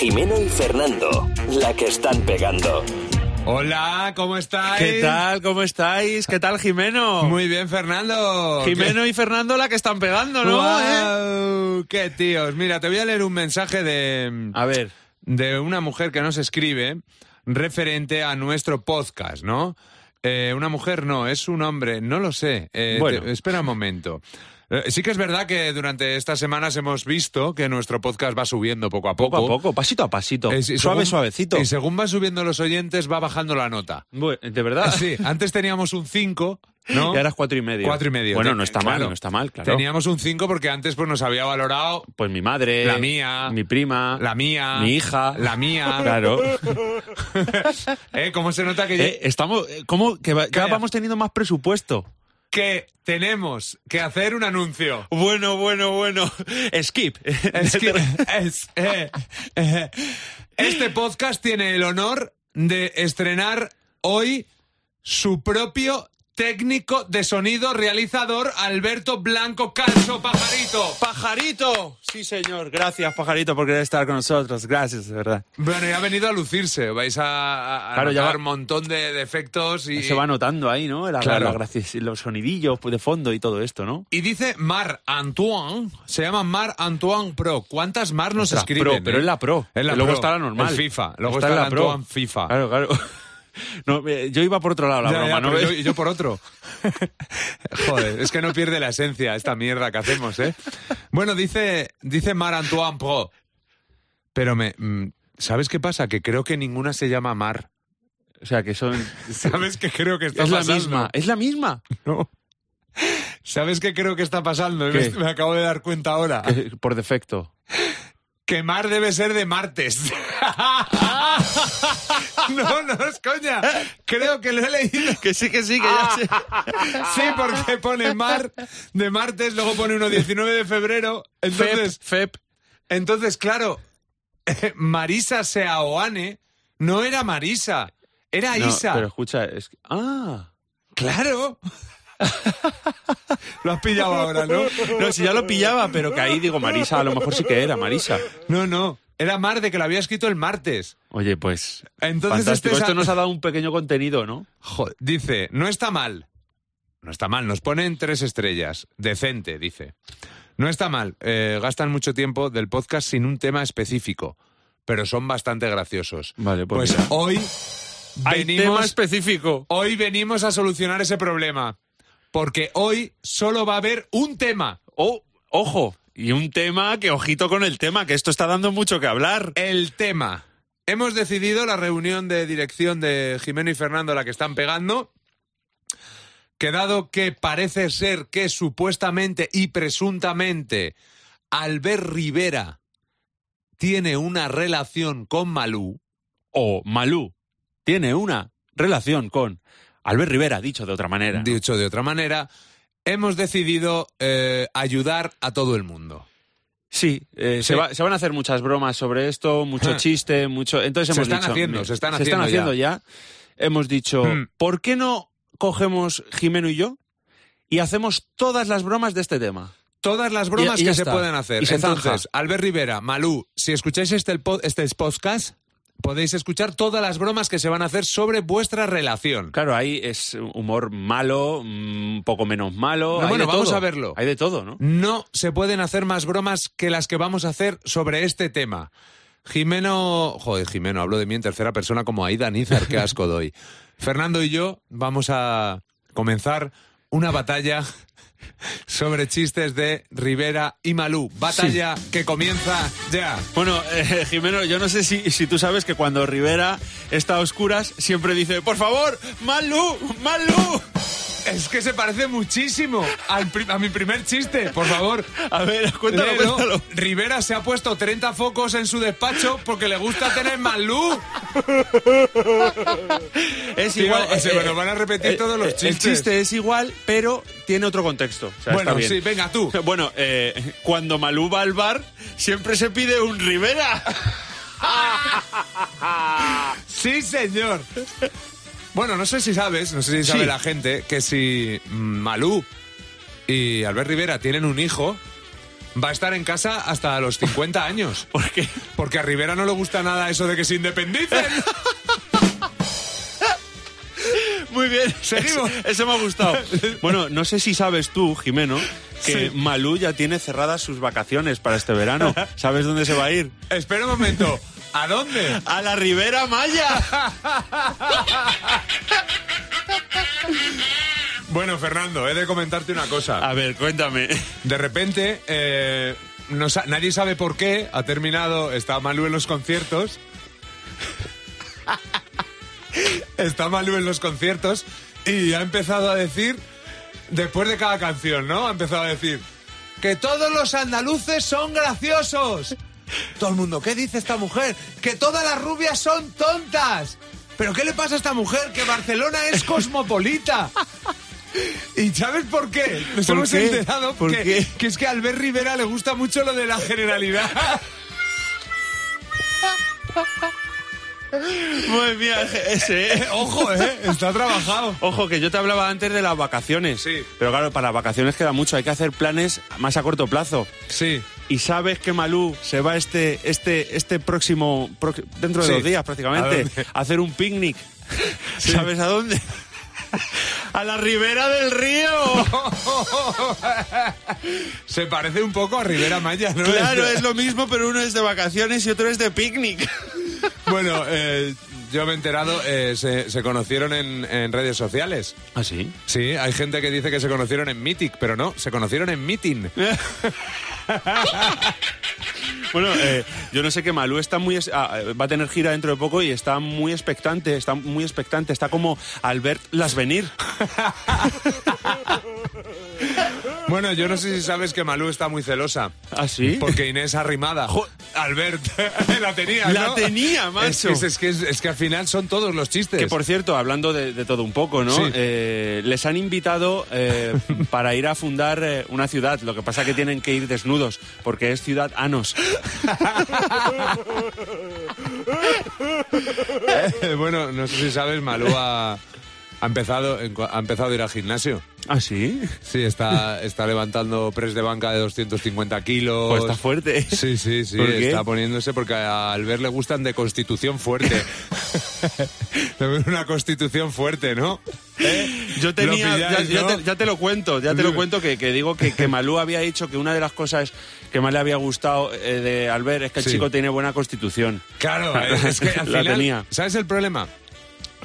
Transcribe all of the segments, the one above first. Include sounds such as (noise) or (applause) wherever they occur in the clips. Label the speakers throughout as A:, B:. A: Jimeno y Fernando, la que están pegando.
B: Hola, ¿cómo estáis?
C: ¿Qué tal? ¿Cómo estáis? ¿Qué tal, Jimeno?
B: Muy bien, Fernando.
C: Jimeno y Fernando la que están pegando, ¿no? ¿Eh?
B: Wow, ¡Qué tíos! Mira, te voy a leer un mensaje de,
C: A ver,
B: de una mujer que nos escribe referente a nuestro podcast, ¿no? Eh, una mujer no, es un hombre, no lo sé. Eh,
C: Bueno.
B: te- espera un momento. Eh, Sí que es verdad que durante estas semanas hemos visto que nuestro podcast va subiendo poco a poco.
C: poco a poco, pasito a pasito,
B: Eh, sí,
C: suave,
B: según-
C: suavecito.
B: Y según van subiendo los oyentes, va bajando la nota.
C: Bueno, ¿De verdad?
B: Sí, antes teníamos un 5, ¿no?
C: Ah. Y ahora es cuatro y medio.
B: Cuatro y medio.
C: Bueno,
B: Te-
C: no está
B: claro.
C: mal, no está mal, claro.
B: Teníamos un 5 porque antes pues nos había valorado
C: Pues mi madre,
B: La mía.
C: mi prima,
B: la mía,
C: mi hija,
B: la mía.
C: (laughs)
B: (laughs)
C: Claro.
B: ¿Eh? ¿Cómo se nota que,
C: Eh, estamos, eh, ¿cómo que va- cada
B: Calla.
C: vamos teniendo más presupuesto?
B: que tenemos que hacer un
C: (laughs)
B: anuncio?
C: Bueno, bueno, bueno. (laughs) Skip.
B: Es
C: (laughs)
B: que- es- eh, eh. Este podcast tiene el honor de estrenar hoy su propio técnico de sonido realizador Alberto Blanco Canso Pajarito.
C: Pajarito. Sí, señor. Gracias, pajarito, por querer estar con nosotros. Gracias, de verdad.
B: Bueno, ya ha venido a lucirse. Vais a, a- a
C: Claro, ya
B: notar
C: va-
B: un montón de defectos y...
C: Se va notando ahí, ¿no? La-
B: Claro.
C: la gracia- los sonidillos de fondo y todo esto, ¿no?
B: Y dice Mar Antoine, se llama Mar Antoine Pro. ¿Cuántas Mar nos
C: La
B: escriben?
C: pro,
B: eh?
C: pero es la pro.
B: Es la
C: luego
B: Pro.
C: está la normal.
B: El FIFA. Luego está, la Antoine FIFA.
C: Claro, claro. (laughs) No, eh, yo iba por otro lado la
B: Ya, ya,
C: broma, ¿no?
B: pero yo,
C: ves?
B: y yo por (laughs) otro. Joder, es que no pierde la esencia esta mierda que hacemos, ¿eh? Bueno, dice, dice Mar Antoine Pro. Pero me... mm, ¿Sabes qué pasa? Que creo que ninguna se llama Mar.
C: O sea, que
B: (laughs)
C: son...
B: ¿Sabes qué creo que está
C: Es la
B: pasando?
C: misma, es la misma.
B: No. ¿Sabes qué creo que está pasando?
C: ¿Qué?
B: Me acabo de dar cuenta ahora.
C: Eh, Por defecto.
B: Que mar debe ser de martes. (laughs) no, no es coña. Creo (laughs) que lo he leído.
C: Que sí, que sí, que
B: Sí, porque pone mar de martes, luego pone uno 19 de febrero. Entonces,
C: Fep,
B: entonces claro, (laughs) Marisa Seaoane no era Marisa, era
C: No,
B: Isa.
C: pero escucha, es que- Ah.
B: Claro. (laughs) lo has pillado ahora, ¿no?
C: No, si ya lo pillaba, pero que ahí digo Marisa, a lo mejor sí que era Marisa.
B: No, no. Era mar de que lo había escrito el martes.
C: Oye, pues...
B: Entonces
C: fantástico.
B: este es a-
C: Esto nos ha dado un pequeño contenido, ¿no?
B: Jo- dice, no está mal. No está mal, nos ponen tres estrellas. Decente, dice. No está mal, eh, gastan mucho tiempo del podcast sin un tema específico, pero son bastante graciosos.
C: Vale, pues
B: Pues
C: mira.
B: hoy venimos,
C: específico.
B: hoy venimos a solucionar ese problema, porque hoy solo va a haber un tema,
C: Oh, ojo. Y un tema que, ojito con el tema, que esto está dando mucho que hablar.
B: el tema. Hemos decidido la reunión de dirección de Jimeno y Fernando, la que están pegando, que dado que parece ser que supuestamente y presuntamente Albert Rivera tiene una relación con Malú,
C: o Malú tiene una relación con Albert Rivera, dicho de otra manera. ¿no?
B: dicho de otra manera, hemos decidido eh, ayudar a todo el mundo.
C: Sí, eh,
B: Sí. Ah.
C: Se, va- se van a hacer muchas bromas sobre esto, mucho chiste, mucho. Entonces
B: Se
C: hemos
B: están
C: dicho,
B: haciendo,
C: mira,
B: se están haciendo
C: haciendo ya. Hemos dicho,
B: Hmm.
C: ¿por qué no cogemos Jimeno y yo y hacemos todas las bromas de este tema?
B: Todas las bromas
C: Y- y
B: que
C: ya
B: se
C: está.
B: pueden hacer.
C: Y se zanja.
B: Entonces, Albert Rivera, Malú, si escucháis este, po- este podcast, podéis escuchar todas las bromas que se van a hacer sobre vuestra relación.
C: Claro, ahí es humor malo, un poco menos malo.
B: No,
C: hay
B: bueno,
C: de
B: vamos
C: todo.
B: a verlo.
C: Hay de todo, ¿no?
B: No se pueden hacer más bromas que las que vamos a hacer sobre este tema. Jimeno, joder, Jimeno, hablo de mí en tercera persona como Aida Nizar, qué asco
C: (laughs)
B: doy. Fernando y yo vamos a comenzar una batalla sobre chistes de Rivera y Malú. Batalla que comienza ya.
C: Bueno, (laughs) eh, Jimeno, yo no sé si, si tú sabes que cuando Rivera está a oscuras siempre dice, por favor, Malú, Malú.
B: Es que se parece muchísimo al pri- a mi primer chiste, por (laughs) favor.
C: A ver, (laughs) cuéntalo,
B: Léelo.
C: cuéntalo.
B: Rivera se ha puesto 30 focos en su despacho porque le gusta tener más luz.
C: Es
B: Tío,
C: igual.
B: se nos van a repetir todos los
C: eh, El
B: chistes.
C: chiste es igual, pero tiene otro contexto. O sea,
B: bueno,
C: está bien.
B: sí, venga tú.
C: (laughs) Bueno, eh, cuando Malú va al bar, siempre se pide un Rivera. (laughs)
B: Sí, señor. Bueno, no sé si sabes, no sé si sabe
C: Sí.
B: la gente, que si mm, Malú y Albert Rivera tienen un hijo, va a estar en casa hasta los 50 años.
C: ¿Por qué?
B: Porque a Rivera no le gusta nada eso de que se independicen. (laughs)
C: Muy bien, (laughs)
B: Seguimos.
C: Ese, ese me ha gustado. Bueno, no sé si sabes tú, Jimeno,
B: Sí.
C: que Malú ya tiene cerradas sus vacaciones para
B: (laughs)
C: este verano. ¿Sabes dónde se va a ir?
B: Espera un momento. ¿A dónde?
C: ¡A la Ribera Maya!
B: Bueno, Fernando, he de comentarte una cosa.
C: A ver, cuéntame.
B: De repente, eh, no sa- nadie sabe por qué ha terminado, está Malú en los conciertos. Está Malú en los conciertos y ha empezado a decir, después de cada canción, ¿no? Ha empezado a decir, que todos los andaluces son graciosos. Todo el mundo, ¿qué dice esta mujer? Que todas las rubias son tontas. ¿Pero qué le pasa a esta mujer? Que Barcelona
C: (laughs)
B: es cosmopolita. ¿Y sabes por qué? Nos
C: ¿Por
B: hemos
C: qué?
B: enterado
C: ¿Por
B: que-
C: qué?
B: que es que a Albert Rivera le gusta mucho lo de la
C: (laughs)
B: generalidad.
C: Madre mía, ese, eh.
B: Ojo, ¿eh? Está trabajado.
C: Ojo, que yo te hablaba antes de las vacaciones.
B: Sí.
C: Pero claro, para vacaciones queda mucho. Hay que hacer planes más a corto plazo.
B: Sí.
C: Y sabes que Malú se va este, este, este próximo, pro- dentro de
B: Sí.
C: dos días
B: ¿A
C: prácticamente,
B: dónde?
C: a, hacer un picnic. ¿Sabes a dónde? a la ribera del río.
B: Se parece un poco a Rivera Maya, ¿no?
C: claro, es lo mismo, pero uno es de vacaciones y otro es de picnic.
B: Bueno, eh, yo me he enterado, eh, se, se conocieron en, en redes sociales.
C: ¿Ah, sí?
B: Sí, hay gente que dice que se conocieron en Mythic, pero no, se conocieron en Meeting.
C: Bueno, eh, yo no sé qué Malú está muy es- ah, eh, va a tener gira dentro de poco y está muy expectante, está muy expectante, está como Albert Las Venir.
B: Bueno, yo no sé si sabes que Malú está muy celosa.
C: ¿Ah, sí?
B: Porque Inés arrimada.
C: Jo-
B: Albert, (laughs) la tenía,
C: La
B: ¿no?
C: tenía,
B: Es
C: macho.
B: que, es, es que, es- es que al final son todos los chistes. (laughs)
C: Que por cierto, hablando de, de todo un poco, ¿no?
B: Sí.
C: Eh, les han invitado eh, para ir a fundar eh, una ciudad. Lo que pasa que tienen que ir desnudos, porque es ciudad Anos.
B: Eh, bueno, no sé si sabes, Malú ha, ha empezado, en cua- ha empezado a ir al gimnasio.
C: ¿Ah, sí?
B: Sí, está, está levantando press de banca de 250 kilos.
C: Pues está fuerte.
B: Sí, sí, sí,
C: ¿Por qué?
B: está poniéndose porque a Albert le gustan de constitución
C: (laughs)
B: fuerte. Le ven una constitución fuerte, ¿no?
C: Yo
B: (laughs)
C: tenía,
B: Lo pilláis,
C: ya, ya
B: ¿no?
C: te, ya te lo cuento, ya te lo
B: Dime.
C: cuento que, que digo que, que Malú había dicho que una de las cosas que más le había gustado eh, de Albert es que el
B: Sí.
C: chico tiene buena constitución.
B: Claro, es que al
C: (laughs) La
B: final,
C: tenía.
B: ¿sabes el problema?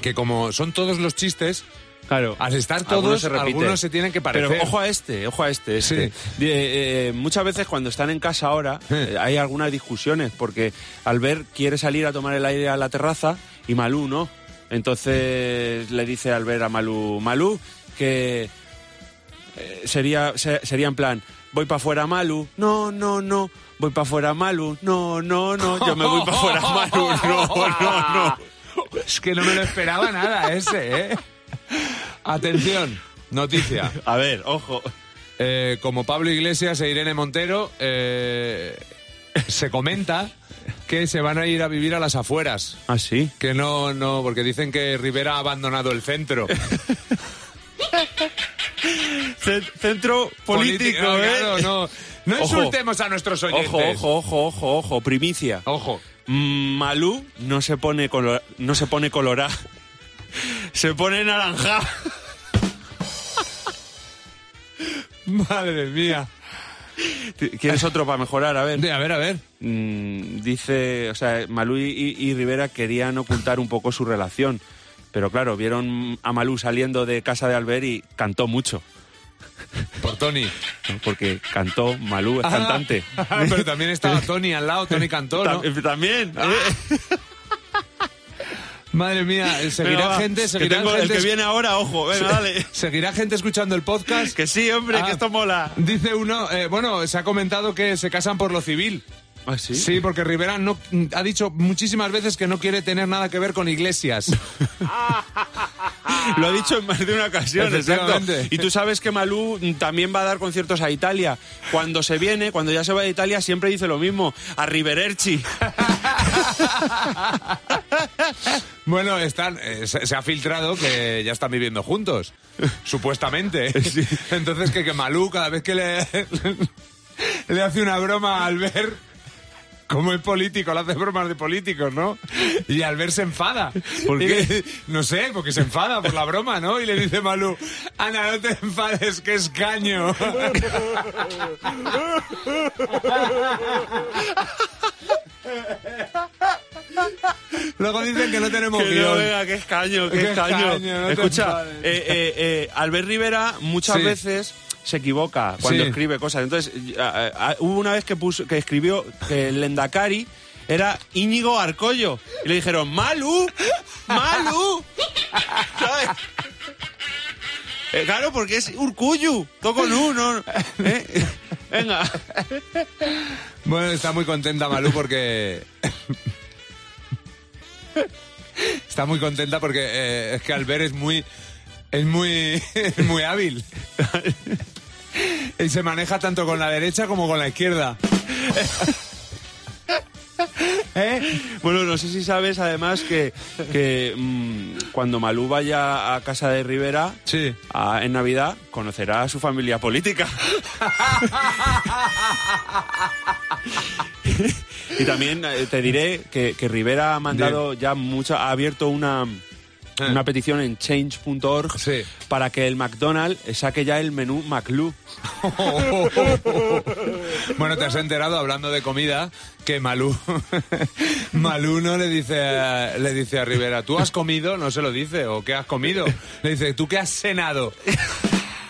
B: Que como son todos los chistes,
C: Claro.
B: Al estar
C: algunos
B: todos,
C: se, repiten.
B: algunos se tienen que parecer.
C: Pero ojo a este, ojo a este. este.
B: Sí.
C: De- eh, muchas veces cuando están en casa ahora
B: Eh.
C: eh, hay algunas discusiones porque Albert quiere salir a tomar el aire a la terraza y Malú no. Entonces le dice Albert a Malú, Malú, que eh, sería, se- sería en plan, voy para afuera Malú, no, no, no. Voy para afuera Malú, no, no, no. Yo
B: (laughs)
C: me voy para afuera Malú, no, no, no.
B: Es que no me lo esperaba nada ese, ¿eh? Atención,
C: (laughs)
B: noticia.
C: A ver, ojo.
B: Eh, como Pablo Iglesias e Irene Montero, eh, se comenta que se van a ir a vivir a las afueras.
C: ¿Ah, sí?
B: Que no, no, porque dicen que Rivera ha abandonado el
C: (laughs)
B: centro.
C: Centro político,
B: no,
C: ¿eh?
B: claro, no. No
C: Ojo.
B: insultemos a nuestros oyentes.
C: Ojo, ojo, ojo, ojo, ojo, primicia.
B: Ojo.
C: Mm, Malú no se pone color, no se pone colorá. (laughs) Se pone naranja. (laughs)
B: Madre mía.
C: ¿Quieres otro para mejorar? A ver.
B: A ver, a ver.
C: Mm, dice, o sea, Malú y, y Rivera querían ocultar un poco su relación. Pero claro, vieron a Malú saliendo de casa de Albert y cantó mucho.
B: Por
C: (laughs)
B: Tony.
C: ¿no? Porque cantó, Malú
B: (laughs)
C: es cantante.
B: Ah, pero también estaba (laughs) Tony al lado, Tony cantó, ¿no? Ah,
C: Tam- También. ¿eh?
B: Madre mía, eh, seguirá
C: Venga, va,
B: gente,
C: que
B: seguirá
C: tengo el
B: gente.
C: que viene ahora, ojo. Venga, dale.
B: Seguirá gente escuchando el podcast.
C: Que sí, hombre,
B: Ah.
C: que esto mola.
B: Dice uno, eh, bueno, se ha comentado que se casan por lo civil.
C: ¿Ah, sí?
B: Sí, porque Rivera no, ha dicho muchísimas veces que no quiere tener nada que ver con
C: (laughs)
B: iglesias.
C: Lo ha dicho en más de una ocasión, exacto.
B: Efectivamente.
C: Y tú sabes que Malú mm, también va a dar conciertos a Italia. Cuando se viene, cuando ya se va de Italia, siempre dice lo mismo. A Rivererci.
B: Bueno, están, eh, se, se ha filtrado que ya están viviendo
C: (laughs)
B: juntos, supuestamente. Entonces que, que Malú cada vez que le, (laughs) le hace una broma a Albert. Como es político, le hace bromas de políticos, ¿no? Y Albert se enfada.
C: ¿Por
B: Y
C: qué?
B: le- no sé, porque se enfada por la broma, ¿no? Y le dice Malú, Ana, no te enfades, que es caño. (laughs) Luego dicen que no tenemos
C: Que no,
B: guión.
C: venga, que es caño, que
B: Que
C: es
B: es
C: caño.
B: caño, no te
C: Escucha,
B: enfades.
C: eh, eh, eh, Albert Rivera muchas
B: Sí.
C: veces se equivoca cuando
B: Sí.
C: escribe cosas. Entonces, eh, eh, eh, hubo una vez que, puso, que escribió que el Lendakari era Íñigo Arcollo. Y le dijeron, ¡Malu! ¡Malu! (laughs) ¿Sabes? Eh, claro, porque es Urcuyu, toco
B: (laughs)
C: nu, no. ¿Eh? Venga.
B: Bueno, está muy contenta Malú porque... está muy contenta porque eh, es que Albert es muy... Es muy, (laughs) es muy hábil. y se maneja tanto con la derecha como con la izquierda. ¿Eh?
C: Bueno, no sé si sabes además que, que, mm, cuando Malú vaya a casa de Rivera
B: Sí.
C: a- Ah, en Navidad, conocerá a su familia política. y también eh, te diré que, que Rivera ha mandado ya mucha, ha abierto una, una petición en change.org
B: Sí.
C: para que el McDonald's saque ya el menú McLú.
B: (laughs) Bueno, te has enterado hablando de comida que Malú (laughs) Malú no le dice a, le dice a Rivera, ¿tú has comido? No se lo dice, o ¿qué has comido? Le dice, ¿tú qué has cenado? (laughs)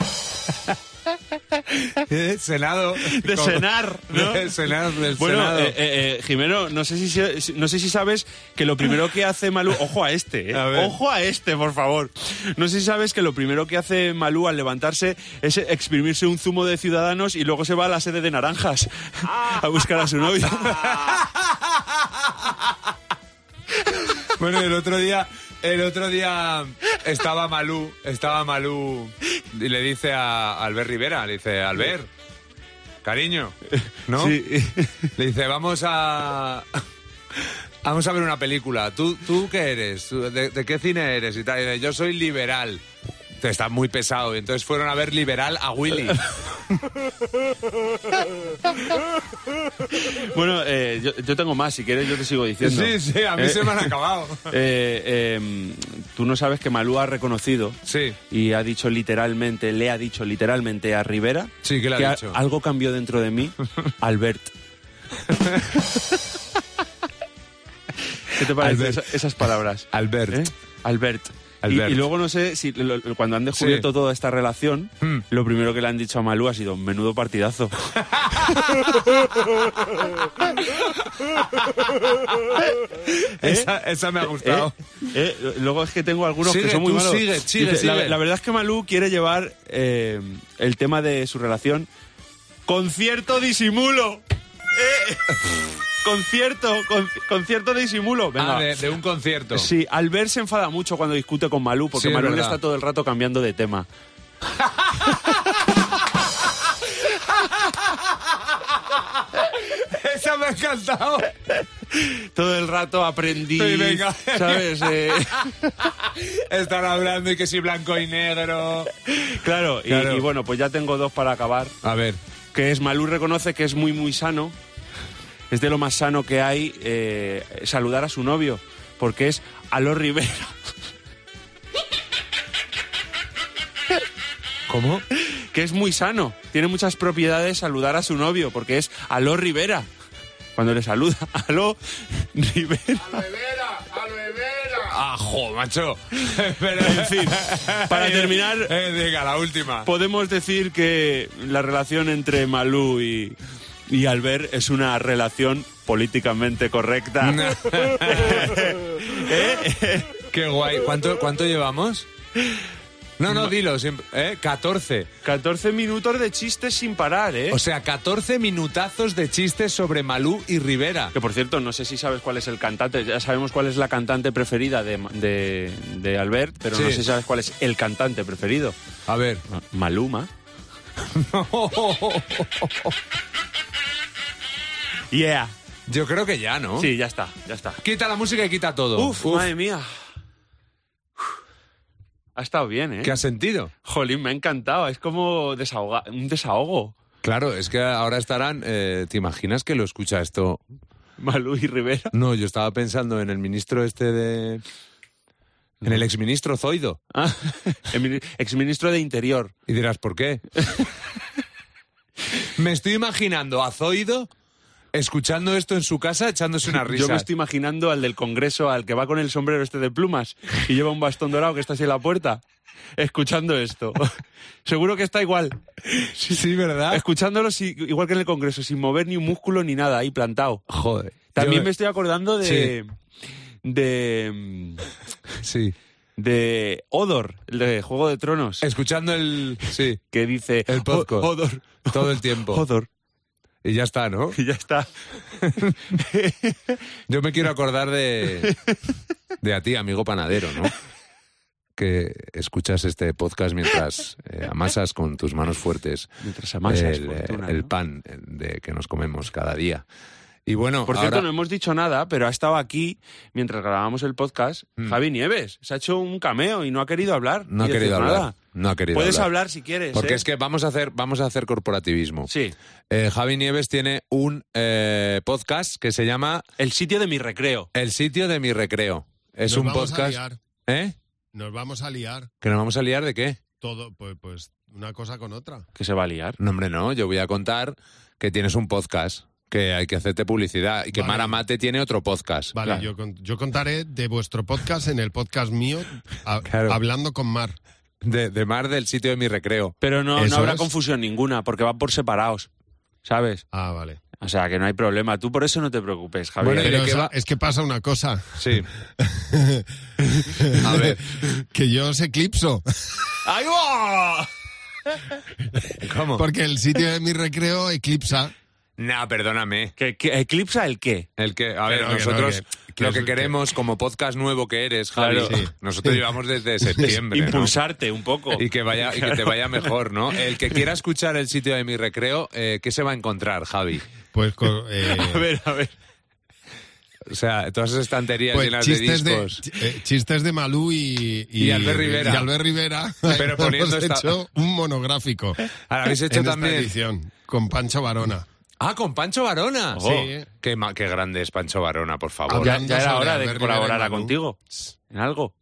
B: Eh, Cenado.
C: De
B: Como-
C: cenar, ¿no?
B: De cenar, del
C: Bueno,
B: cenado.
C: eh, eh, eh, Jimeno, no sé, si, si- no sé si sabes que lo primero que hace Malú... Ojo a este, eh,
B: A ver.
C: ojo a este, por favor. No sé si sabes que lo primero que hace Malú al levantarse es exprimirse un zumo de ciudadanos y luego se va a la sede de naranjas (laughs) a buscar a su novio.
B: Bueno, el otro día, el otro día estaba Malú, estaba Malú y le dice a Albert Rivera, le dice, Albert, cariño, (laughs) ¿no?
C: Sí. (laughs)
B: Le dice, vamos a. Vamos a ver una película. ¿Tú, tú qué eres? ¿Tú- ¿De, de qué cine eres? Y tal. Y dice, yo soy liberal. Te está muy pesado. Y entonces fueron a ver liberal a
C: (laughs)
B: Willy.
C: Bueno, eh, yo, yo tengo más, si quieres yo te sigo diciendo.
B: Sí, sí, a mí
C: Eh,
B: se me han acabado.
C: eh, eh, tú no sabes que Malú ha reconocido
B: Sí.
C: y ha dicho literalmente, le ha dicho literalmente a Rivera
B: Sí, ¿qué le ha
C: que a-
B: dicho?
C: algo cambió dentro de mí, Albert. ¿Qué te parecen
B: Albert.
C: esa- esas palabras?
B: Albert.
C: ¿Eh? Albert. Y-
B: Albert.
C: Y, luego no sé si lo- lo- cuando han descubierto
B: Sí.
C: toda esta relación,
B: Hmm.
C: lo primero que le han dicho a Malú ha sido menudo partidazo.
B: Esa, esa me ha gustado.
C: Eh, eh, luego es que tengo algunos
B: Sigue,
C: que son muy
B: tú
C: malos.
B: sigue, sigue,
C: Dice, la-
B: sigue.
C: La, verdad es que Malú quiere llevar eh, el tema de su relación concierto disimulo. Eh, (laughs) concierto, con- concierto disimulo. Venga.
B: Ah, de, de un concierto.
C: Sí, Albert se enfada mucho cuando discute con Malú porque
B: Sí, es
C: Malú le
B: verdad.
C: está todo el rato cambiando de tema.
B: Esa me ha encantado.
C: Todo el rato aprendí,
B: Sí, venga.
C: ¿sabes? Eh, (laughs)
B: Están hablando y que si blanco y negro.
C: claro, y-
B: Claro.
C: y bueno, pues ya tengo dos para acabar.
B: A ver.
C: que es Malú reconoce que es muy muy sano, es de lo más sano que hay eh, saludar a su novio, porque es Aló Rivera.
B: ¿Cómo?
C: Que es muy sano, tiene muchas propiedades saludar a su novio, porque es Aló Rivera. Cuando le saluda, (laughs) Aló Rivera.
B: Ajo, Ah, macho. Pero,
C: En fin, para terminar,
B: (laughs) Eh, diga, la última.
C: podemos decir que la relación entre Malú y, y Albert es una relación políticamente correcta.
B: Mm, (laughs) ¿Eh? Qué guay. ¿Cuánto, cuánto llevamos? No, no, dilo. siempre- ¿eh? 14.
C: 14 minutos de chistes sin parar, ¿eh?
B: O sea, 14 minutazos de chistes sobre Malú y Rivera.
C: Que por cierto, no sé si sabes cuál es el cantante. Ya sabemos cuál es la cantante preferida de, de, de Albert, pero no
B: Sí.
C: sé si sabes cuál es el cantante preferido.
B: A ver. (laughs)
C: Maluma. Yeah.
B: Yo creo que ya, ¿no?
C: Sí, ya está, ya está.
B: Quita la música y quita todo.
C: Uf, madre mía. Uf. Ha estado bien, ¿eh?
B: ¿Qué has sentido?
C: Jolín, me ha encantado. Es como desahoga- un desahogo.
B: Claro, es que ahora estarán. eh, ¿Te imaginas que lo escucha esto?
C: Malú y Rivera.
B: No, yo estaba pensando en el ministro este de. En el exministro Zoido.
C: Ah, (laughs) el mini- exministro de Interior.
B: Y dirás, ¿por qué? me estoy imaginando a Zoido escuchando esto en su casa echándose una risa.
C: (laughs) Yo me estoy imaginando al del Congreso, al que va con el sombrero este de plumas y lleva un bastón dorado que está así en la puerta, escuchando esto. (laughs) Seguro que está igual.
B: Sí, sí, ¿verdad?
C: Escuchándolo si- igual que en el Congreso, sin mover ni un músculo ni nada, ahí plantado.
B: Joder.
C: También
B: Yo-
C: me estoy acordando de... De... (laughs)
B: Sí.
C: De Odor, el de Juego de Tronos,
B: Escuchando el. Sí.
C: que dice...
B: El podcast.
C: "O- Odor,
B: Todo el tiempo.
C: (laughs) Odor.
B: Y ya está, ¿no?
C: Y ya está.
B: Yo me quiero acordar
C: (laughs)
B: de. De a ti, amigo panadero, ¿no? Que escuchas este podcast mientras eh, amasas con tus manos fuertes
C: Mientras amasas,
B: el,
C: fortuna,
B: el
C: ¿no?
B: pan eh, de, que nos comemos cada día. Y bueno,
C: Por cierto,
B: ahora-
C: no hemos dicho nada, pero ha estado aquí mientras grabábamos el podcast
B: Mm.
C: Javi Nieves. Se ha hecho un cameo y no ha querido hablar.
B: no ha
C: ni decir
B: querido hablar.
C: nada.
B: No ha querido
C: Puedes hablar.
B: hablar.
C: si quieres.
B: Porque
C: ¿eh?
B: es que vamos a hacer, vamos a hacer corporativismo.
C: Sí,
B: Eh, Javi Nieves tiene un eh, podcast que se llama
C: el sitio de mi recreo.
B: El sitio de mi recreo. Es
D: Nos
B: un
D: vamos a
B: podcast.
D: liar,
B: ¿Eh?
D: nos vamos a liar
B: ¿Que nos vamos a liar de qué?
D: todo, pues, pues una cosa con otra.
C: Que se va a liar.
B: No, hombre, no. Yo voy a contar que tienes un podcast, que hay que hacerte publicidad y que
D: Vale.
B: Mara Mate tiene otro podcast.
D: Vale,
C: Claro.
D: yo, con- yo contaré de vuestro podcast en el podcast mío, a-
B: Claro.
D: hablando con Mar.
B: De, de Mar del sitio de mi recreo.
C: Pero no, no
D: Eso
C: habrá
D: es.
C: confusión ninguna, porque van por separados. ¿Sabes?
D: Ah, vale.
C: O sea, que no hay problema. Tú por eso no te preocupes, Javi.
B: Bueno, ¿de
D: Pero
B: qué
D: o sea,
B: va?
D: es que pasa una cosa,
B: Sí. (laughs) a ver,
D: (laughs) que yo os
B: (laughs)
D: eclipso,
C: ¡Ahí va!
B: ¿cómo?
D: porque el sitio de mi recreo eclipsa.
B: Nah, perdóname.
C: ¿Que, que eclipsa el qué?
B: El que, a ver,
D: Pero que no,
B: nosotros
D: que- que
B: lo
D: es-
B: que
D: que-
B: queremos como podcast nuevo que eres, Javi,
C: Claro.
D: Sí.
B: nosotros llevamos
D: (laughs)
B: desde septiembre. ¿no?
C: Impulsarte un poco.
B: Y que vaya, y que te vaya mejor, ¿no? El que quiera escuchar el sitio de mi recreo, eh, ¿qué se va a encontrar, Javi? (laughs)
D: Pues con, eh,
C: (laughs) A ver, a ver.
B: O sea, todas esas estanterías
D: pues
B: llenas de
D: chistes de,
B: discos.
D: chi- eh, chistes de Malú y,
B: Y Albert Rivera.
D: y Albert Rivera.
B: Pero poniendo
D: (laughs) Hemos
B: esta-
D: hecho un
B: (laughs)
D: monográfico
B: Ahora habéis hecho
D: en
B: también.
D: esta edición con Pancho Varona.
B: Ah, con Pancho Varona.
C: Sí.
D: ¿eh?
B: Qué, ma- qué grande es Pancho Varona, por favor.
D: Habla-
C: Ya, ya era
D: sobre
C: hora de que
D: Albert Rivera y
C: colaborara
D: Manu.
C: contigo. ¿En algo?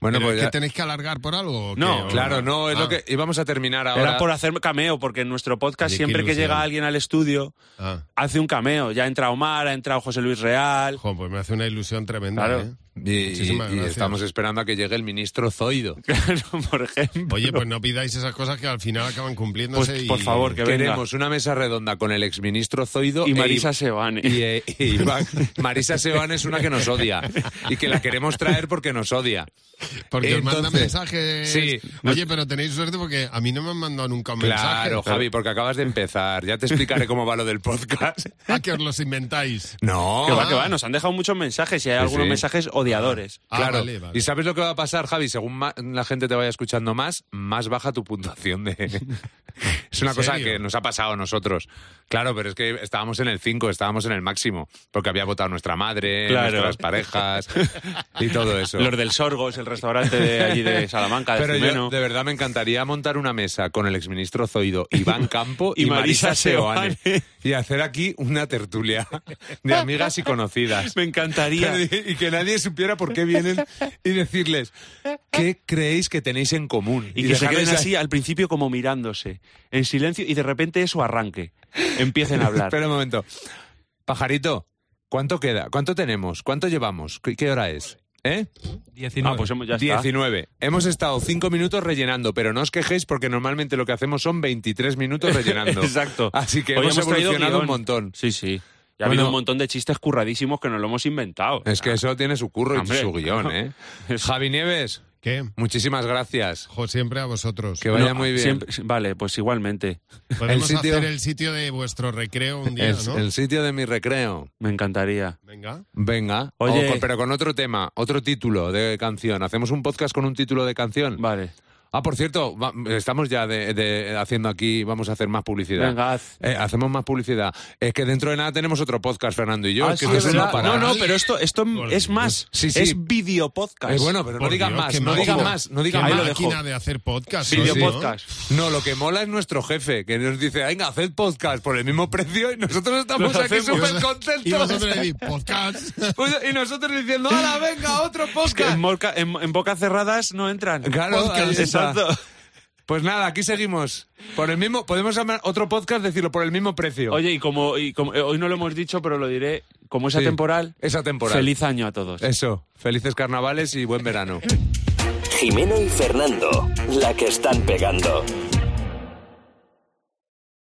B: bueno,
D: Pero
B: pues
D: es
B: ya-
D: que tenéis que alargar por algo. ¿o
C: No,
D: qué? ¿O-
B: claro, no, es
D: Ah,
B: lo que íbamos a terminar
C: Era
B: ahora.
C: por hacer cameo, porque en nuestro podcast
D: Oye, qué
C: siempre que
D: ilusión.
C: llega alguien al estudio
D: ah.
C: hace un cameo. Ya ha entrado Omar, ha entrado José Luis Real. (laughs)
D: Jo, pues me hace una ilusión tremenda.
C: Claro.
D: ¿eh?
B: Y- Y,
D: Muchísimas
B: y
D: gracias.
B: estamos esperando a que llegue el ministro Zoido.
C: Claro, por ejemplo.
D: Oye, pues no pidáis esas cosas que al final acaban
C: Pues,
D: cumpliéndose. y-
C: por favor, que venga.
B: Queremos una mesa redonda con el exministro Zoido
C: Y
B: e
C: Marisa Sebane.
B: Y, eh, y Iván- (laughs) Marisa Sebán es una que nos odia y que la queremos traer porque nos odia.
D: Porque os mandan
B: Entonces,
D: mensajes.
B: sí.
D: Oye, pero tenéis suerte porque a mí no me han mandado nunca un mensaje.
B: Claro, Javi, porque acabas de empezar. Ya te explicaré cómo va lo del podcast. (laughs)
D: ¿A que os los inventáis?
B: No.
C: (laughs) Que va,
D: Ah.
C: que va. Nos han dejado muchos mensajes y hay
B: Sí,
C: algunos
B: sí.
C: mensajes odiadores.
D: Ah,
B: Claro.
D: vale, vale.
B: Y sabes lo que va a pasar, Javi. Según ma- la gente te vaya escuchando más, más baja tu puntuación
C: (laughs)
B: de. es una
D: ¿En
B: cosa
D: serio?
B: que nos ha pasado a nosotros. Claro, pero es que estábamos en el 5, estábamos en el máximo, porque había votado nuestra madre,
C: Claro.
B: nuestras
C: (laughs)
B: parejas y todo eso.
C: Los del Sorgos, el restaurante de
B: (laughs)
C: allí de Salamanca, de
B: ah. Pero yo,
C: Jimeno.
B: de verdad, me encantaría montar una mesa con el exministro Zoido, Iván Campo y,
C: (laughs) Y Marisa
B: Marisa Seoane.
C: Seoane.
B: Y hacer aquí una tertulia de amigas y
C: (laughs)
B: conocidas.
C: (laughs) Me encantaría.
B: Pero y y que nadie supiera por qué vienen y decirles, ¿qué creéis que tenéis en común?
C: Y, que se
B: dejarles
C: queden
B: ahí.
C: así al principio como mirándose, en silencio, y de repente eso arranque.
B: (laughs)
C: Empiecen a hablar.
B: Espera un momento. Pajarito, ¿cuánto queda? ¿Cuánto tenemos? ¿Cuánto llevamos? ¿Qué, qué hora es? ¿Eh?
C: Ah, pues hemos- ya está.
B: 19. Hemos estado 5 minutos rellenando, pero no os quejéis porque normalmente lo que hacemos son 23 minutos rellenando.
C: (laughs) (laughs) Exacto.
B: Así que
C: Hoy
B: hemos,
C: traído
B: evolucionado un
C: guión.
B: montón.
C: Sí, sí. Y ha
B: Bueno.
C: habido un montón de chistes curradísimos que nos lo hemos inventado.
B: Es que eso tiene su curro
C: Ah. Hombre,
B: y su guión, ¿eh?
C: (laughs) Es-
B: Javi Nieves,
D: ¿Qué?
B: muchísimas gracias.
D: Jo, siempre a vosotros.
B: Que vaya
C: No,
B: muy bien.
C: siempre- vale, pues igualmente.
D: Podemos
B: el sitio-
D: hacer el sitio de vuestro recreo un día,
B: Es
D: ¿no?
B: el sitio de mi recreo.
C: Me encantaría.
D: Venga.
B: Venga,
C: Oye.
B: o con- pero con otro tema, otro título de canción. Hacemos un podcast con un título de canción.
C: Vale.
B: Ah, por cierto, va- estamos ya de, de- haciendo aquí, vamos a hacer más publicidad.
C: Venga, haz.
B: Eh, hacemos más publicidad. Es que dentro de nada tenemos otro podcast, Fernando y yo.
C: Ah,
B: es
C: sí,
B: que esto
C: es
B: no
C: verdad.
B: para. Eh,
C: no, no, pero esto, esto
D: Por
C: es
D: Dios.
C: más.
B: Sí, sí.
C: Es videopodcast.
B: Eh, bueno, pero no
D: Por
B: digan
D: Dios,
B: más,
D: qué
B: no
D: máquina.
B: digan más, no digan
D: Qué
C: Ahí
B: más.
C: lo dejo.
D: máquina de hacer podcast.
B: Sí,
D: sois, ¿no?
C: Videopodcast.
B: No, lo que mola es nuestro jefe, que nos dice, venga, haced podcast por el mismo precio y nosotros estamos
C: Lo
B: aquí
C: hacemos.
B: súper
D: Y vosotros
B: contentos.
D: decís, podcast.
B: Pues- y nosotros diciendo, ahora venga, otro
C: Es que
B: podcast.
C: en, morca- en- en bocas cerradas no entran.
B: Claro,
C: Podcast.
B: ahí está.
C: exacto.
B: Pues nada, aquí seguimos. Por el mismo, podemos llamar otro podcast, decirlo, por el mismo precio.
C: Oye, y como, y como- eh, hoy no lo hemos dicho, pero lo diré, como es
B: Sí,
C: atemporal,
B: es atemporal.
C: feliz año a todos.
B: Eso, felices carnavales y buen verano.
A: Jimeno y Fernando, la que están pegando.